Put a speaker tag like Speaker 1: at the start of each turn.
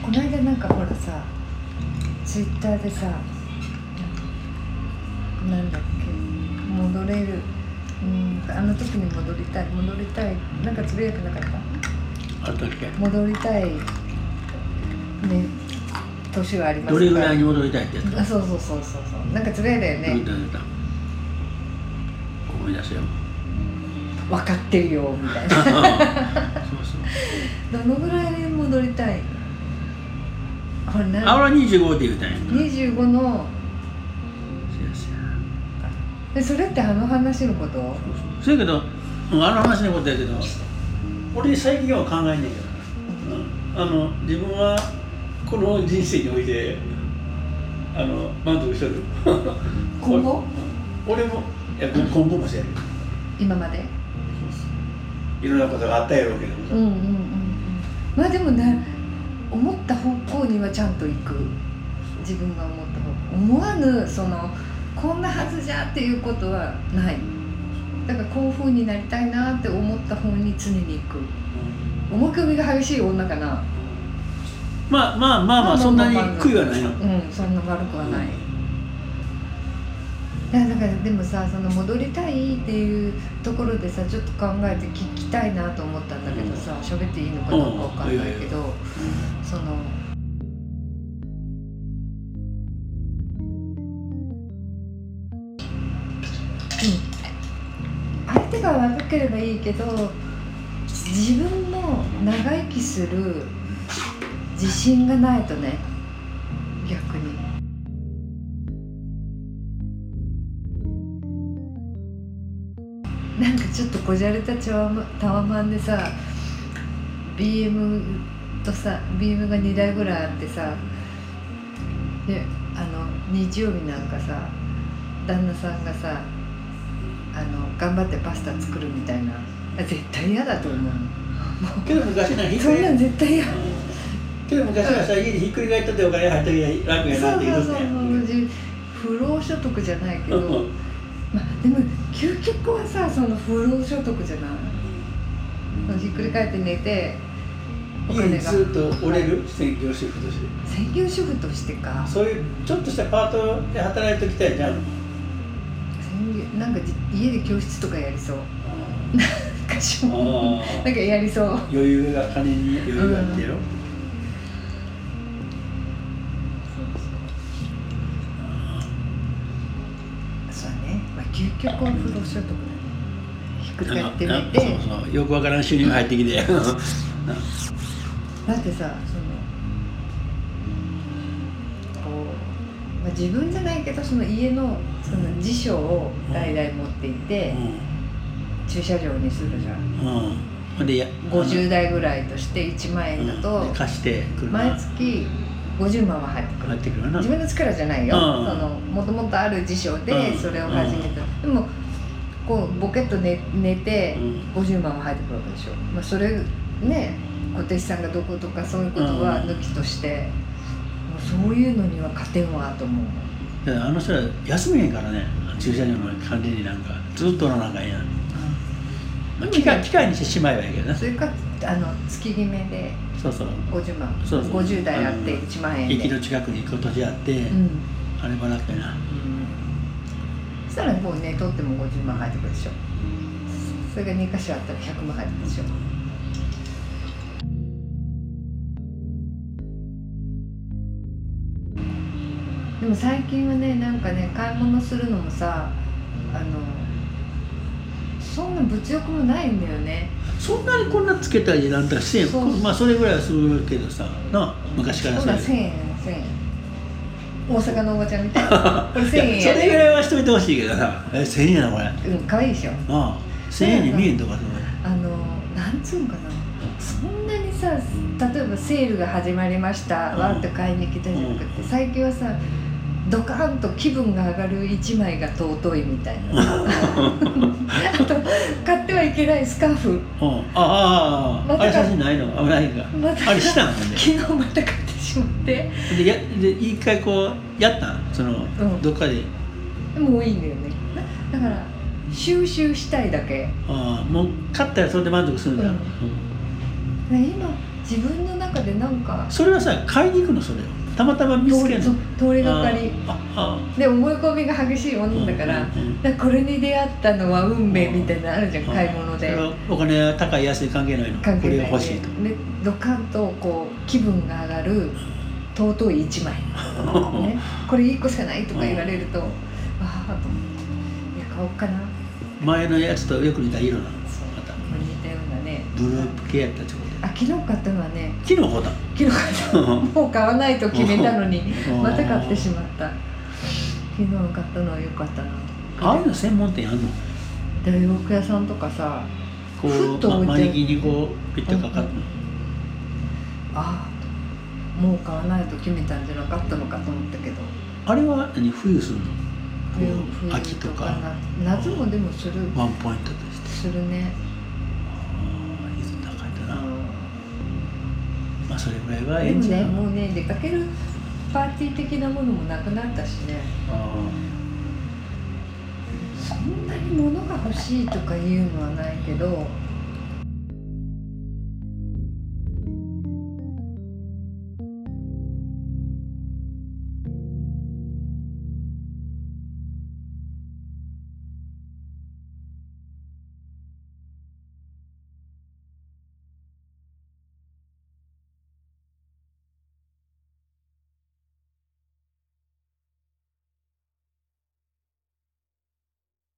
Speaker 1: この間なんかほらさツイッターでさなんだっけ戻れるうんあの時に戻りたい戻りたいなんかつぶやくなかった
Speaker 2: あったっけ
Speaker 1: 戻りたいね年はあります
Speaker 2: どれぐらいに戻りたいってやつ
Speaker 1: あそうそうそうそうそうなんかつぶやいたよ
Speaker 2: 出
Speaker 1: ね
Speaker 2: た出た思い出せよ
Speaker 1: 分かってるよみたい
Speaker 2: そう
Speaker 1: な
Speaker 2: そ
Speaker 1: ど
Speaker 2: う
Speaker 1: のぐらいに戻りたいこれ
Speaker 2: あ
Speaker 1: な
Speaker 2: 俺は25って言うたんやんか
Speaker 1: 25の
Speaker 2: せやせや
Speaker 1: えそれってあの話のこと
Speaker 2: そうそうせやけどうんあの話のことやけど俺最近は考えねえけどな、うん、あの自分はこの人生においてあの満足してる
Speaker 1: 今後
Speaker 2: 俺もいや今後もせやる
Speaker 1: 今まで
Speaker 2: いろんなことがあったやろうけどもさ、
Speaker 1: うんうんうんうんまあでもね思った方向にはちゃんと行く自分が思った方向思わぬそのこんなはずじゃっていうことはないだからこういう風になりたいなって思った方に常に行く思い込みが激しい女かな
Speaker 2: まあまあまあまあそんなに悔いはないの、
Speaker 1: うんそんな悪くはない、いやだからでもさその戻りたいっていうところでさちょっと考えて聞きたいなと思ったんだけどさ喋っていいのかどうかわかんないけど、その。うん相手が悪ければいいけど自分も長生きする自信がないとね逆になんかちょっとこじゃれたタワマタワマンでさ BM とさ BM が2台ぐらいあってさであの日曜日なんかさ旦那さんがさあの頑張ってパスタ作るみたいな絶対嫌だと思う
Speaker 2: けど昔なひっ
Speaker 1: そ
Speaker 2: くり
Speaker 1: んな
Speaker 2: 返
Speaker 1: ん
Speaker 2: っ
Speaker 1: 絶対嫌
Speaker 2: けど昔はさ家にひっくり返っとってお金入っときゃ楽やな
Speaker 1: そ
Speaker 2: っ
Speaker 1: う
Speaker 2: て
Speaker 1: そ
Speaker 2: 言
Speaker 1: う
Speaker 2: う
Speaker 1: そ
Speaker 2: と
Speaker 1: う
Speaker 2: ったやん
Speaker 1: そう不労所得じゃないけど、
Speaker 2: うんうん
Speaker 1: まあ、でも究極はさその不労所得じゃないそのひっくり返って寝てお
Speaker 2: 家
Speaker 1: 金
Speaker 2: に
Speaker 1: が
Speaker 2: ずっと折れる専業主婦として
Speaker 1: 専業主婦としてか
Speaker 2: そういうちょっとしたパートで働いておきたいじゃん、
Speaker 1: 専業なんかじ家で教室とかやりそうなんかしょ
Speaker 2: あー
Speaker 1: なんかやりそう
Speaker 2: 余裕が金に余裕があってやろ、
Speaker 1: そうだね、まあ、究極は不労所得だねひっくり返って
Speaker 2: な
Speaker 1: 寝
Speaker 2: な
Speaker 1: て
Speaker 2: そうそうよくわからん収入が入ってきて
Speaker 1: だってさそのこう、まあ、自分じゃないけどその家のその辞書を代々持っていて、駐車場にするじゃん
Speaker 2: うんうんほんでや
Speaker 1: 50台ぐらいとして1万円だと
Speaker 2: うんで貸して車
Speaker 1: 毎月50万は入ってくる
Speaker 2: 入ってくるな
Speaker 1: 自分の力じゃないよ、
Speaker 2: うん
Speaker 1: そのもともとある事象で
Speaker 2: うん
Speaker 1: それを始めた、でもこうボケっと寝寝て
Speaker 2: うん
Speaker 1: 50万も入ってくるわけでしょ、まあ、それね小手師さんがどことかそういうことは抜きとして、もうそういうのには勝てんわと思う
Speaker 2: だからあの人ら休めへんからね駐車場の管理になんかずっとおらなあかんやん、まあ、機械機械にしてしまえばいいけどな
Speaker 1: そ
Speaker 2: そ
Speaker 1: れかあの月決めで
Speaker 2: うそう
Speaker 1: 50万
Speaker 2: そうそう
Speaker 1: 50台あって1万円で
Speaker 2: 駅の近くに行くことじゃあって、
Speaker 1: うん
Speaker 2: あれば楽やな
Speaker 1: そしたらもうね取っても50万入ってくるでしょそれが2箇所あったら100万入ってくるでしょでも最近はねなんかね買い物するのもさあのそんな物欲もないんだよね
Speaker 2: そんなにこんなつけたりなんとかしてん
Speaker 1: そう
Speaker 2: まあそれぐらいはするけどさなあ昔から
Speaker 1: ほ
Speaker 2: そう
Speaker 1: ら
Speaker 2: や
Speaker 1: 1000
Speaker 2: け
Speaker 1: 円1000円大阪のおばちゃんみたいなこれ
Speaker 2: ど
Speaker 1: 1000
Speaker 2: い
Speaker 1: 円
Speaker 2: や
Speaker 1: や
Speaker 2: それぐ らいはしといてほしいけどなえ1000円やなこれな
Speaker 1: うん可愛いでしょ
Speaker 2: あ1000円に見えんとか
Speaker 1: あのなんつうんかなそんなにさ例えばセールが始まりました、
Speaker 2: うん
Speaker 1: わーっと買いに来たじゃなくて、最近はさドカーンと気分が上がる一枚が尊いみたいな あと買ってはいけないスカーフ
Speaker 2: それ、うん、あああああ
Speaker 1: ま
Speaker 2: ああれ
Speaker 1: た
Speaker 2: 写真ないの危ないんか、
Speaker 1: また
Speaker 2: あれしたんほんで
Speaker 1: 昨日また買ってしまって
Speaker 2: でやで一回こうやったんその、
Speaker 1: うん
Speaker 2: どっかで
Speaker 1: もういいんだよねだから収集したいだけ
Speaker 2: ああもう勝ったらそれで満足するんだ、
Speaker 1: うん
Speaker 2: うん
Speaker 1: で今自分の中中でなんか
Speaker 2: それはさ買いに行くのそれをたまたま見つ
Speaker 1: 通
Speaker 2: け
Speaker 1: り
Speaker 2: る
Speaker 1: そ
Speaker 2: の
Speaker 1: う通りがかり
Speaker 2: ああ
Speaker 1: で思い込みが激しい
Speaker 2: あ
Speaker 1: 女だから、
Speaker 2: うんうんうん
Speaker 1: だからこれに出会ったのは運命みたいなのあるじゃん、買い物で
Speaker 2: それはお金は高い安い関係ないの
Speaker 1: 関
Speaker 2: こ
Speaker 1: 係
Speaker 2: れ
Speaker 1: な
Speaker 2: が
Speaker 1: い
Speaker 2: 欲しいと
Speaker 1: でドカンとこう気分が上がる尊い一枚、ね、これいい子じゃないとか言われると、わあと思っていや買おうかな
Speaker 2: 前のやつとよく似た色なのま
Speaker 1: そう
Speaker 2: た
Speaker 1: 似たようなね
Speaker 2: ブルー系やったちょう
Speaker 1: あ昨日買ったのはね
Speaker 2: どキノコだ
Speaker 1: 昨日買ったもう買わないと決めたのに
Speaker 2: うん
Speaker 1: また買ってしまった昨日買ったのは良かったな
Speaker 2: ああいうの専門店あんの
Speaker 1: 大学屋さんとかさ
Speaker 2: こ
Speaker 1: ふっ
Speaker 2: う
Speaker 1: と置いて
Speaker 2: まマネキンにこうピッてかかって
Speaker 1: ああもう買わないと決めたんじゃなかったのかと思ったけど
Speaker 2: あれは何冬するのこう
Speaker 1: 冬冬
Speaker 2: 秋とか
Speaker 1: な夏もでもする
Speaker 2: ワンポイントとして
Speaker 1: するね
Speaker 2: ああいいの高いんだ
Speaker 1: う
Speaker 2: な、
Speaker 1: ん
Speaker 2: まあそれぐらいは
Speaker 1: で
Speaker 2: ええん
Speaker 1: も
Speaker 2: ちゃ
Speaker 1: ね
Speaker 2: う
Speaker 1: もうね出かけるパーティー的なものもなくなったしね
Speaker 2: あ
Speaker 1: そんなに物が欲しいとかいうのはないけど